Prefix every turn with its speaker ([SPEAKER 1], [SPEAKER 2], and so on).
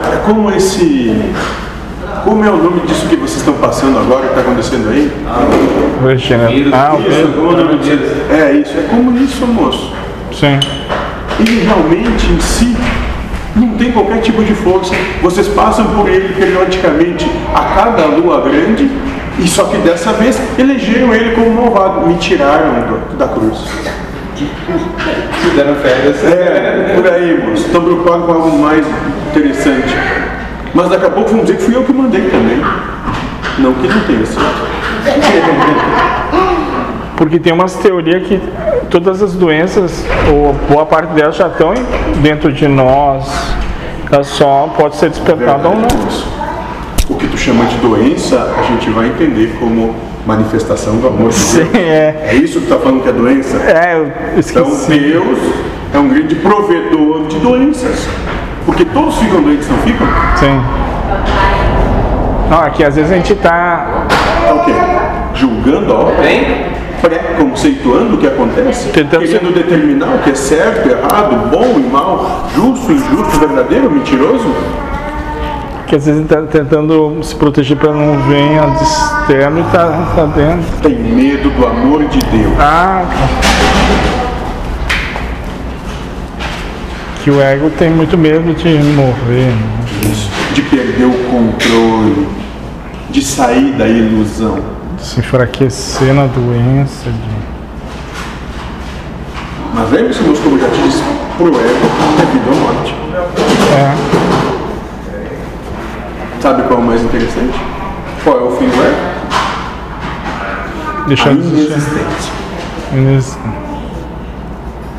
[SPEAKER 1] É como esse. Como é o nome disso que vocês estão passando agora, que está acontecendo aí?
[SPEAKER 2] Vixe, né? Ah,
[SPEAKER 1] Isso,
[SPEAKER 2] ok.
[SPEAKER 1] como é o nome disso? É isso, é como isso, moço.
[SPEAKER 2] Sim.
[SPEAKER 1] Ele realmente em si não tem qualquer tipo de força. Vocês passam por ele periodicamente a cada lua grande, e só que dessa vez elegeram ele como malvado. Me tiraram do- da cruz.
[SPEAKER 3] Se deram férias.
[SPEAKER 1] É, por aí, moço. Estão preocupados com algo mais interessante. Mas daqui a pouco vão dizer que fui eu que mandei também. Não que não tenha sido.
[SPEAKER 2] Porque tem umas teorias que todas as doenças, ou boa parte delas já estão em- dentro de nós. Ela só pode ser despertada ou não.
[SPEAKER 1] moço. O que tu chama de doença, a gente vai entender como manifestação do amor de Deus.
[SPEAKER 2] Sim, é.
[SPEAKER 1] É isso que tu tá falando que é doença?
[SPEAKER 2] É, eu
[SPEAKER 1] Então
[SPEAKER 2] esqueci.
[SPEAKER 1] Deus é um grande provedor de doenças. Porque todos ficam doentes, não ficam?
[SPEAKER 2] Sim. Não, aqui às vezes a gente tá
[SPEAKER 1] Tá o quê? Julgando a obra?
[SPEAKER 3] Bem?
[SPEAKER 1] Preconceituando o que acontece?
[SPEAKER 2] Tentando ser-
[SPEAKER 1] Querendo determinar o que é certo, errado, bom e mal, justo, injusto, verdadeiro, mentiroso?
[SPEAKER 2] que às vezes tá tentando se proteger para não vir a de externo e tá, tá dentro.
[SPEAKER 1] Tem medo do amor de Deus.
[SPEAKER 2] Ah, que o ego tem muito medo de morrer. né?
[SPEAKER 1] De perder o controle. De sair da ilusão.
[SPEAKER 2] de se enfraquecer na doença. de-
[SPEAKER 1] Mas lembre-se, meus como eu já te disse, pro ego é vida ou morte.
[SPEAKER 2] É,
[SPEAKER 1] Sabe qual é o mais interessante? Qual é o fim do ego?
[SPEAKER 2] deixar de existir.
[SPEAKER 1] Inexistente.
[SPEAKER 2] Inexistente.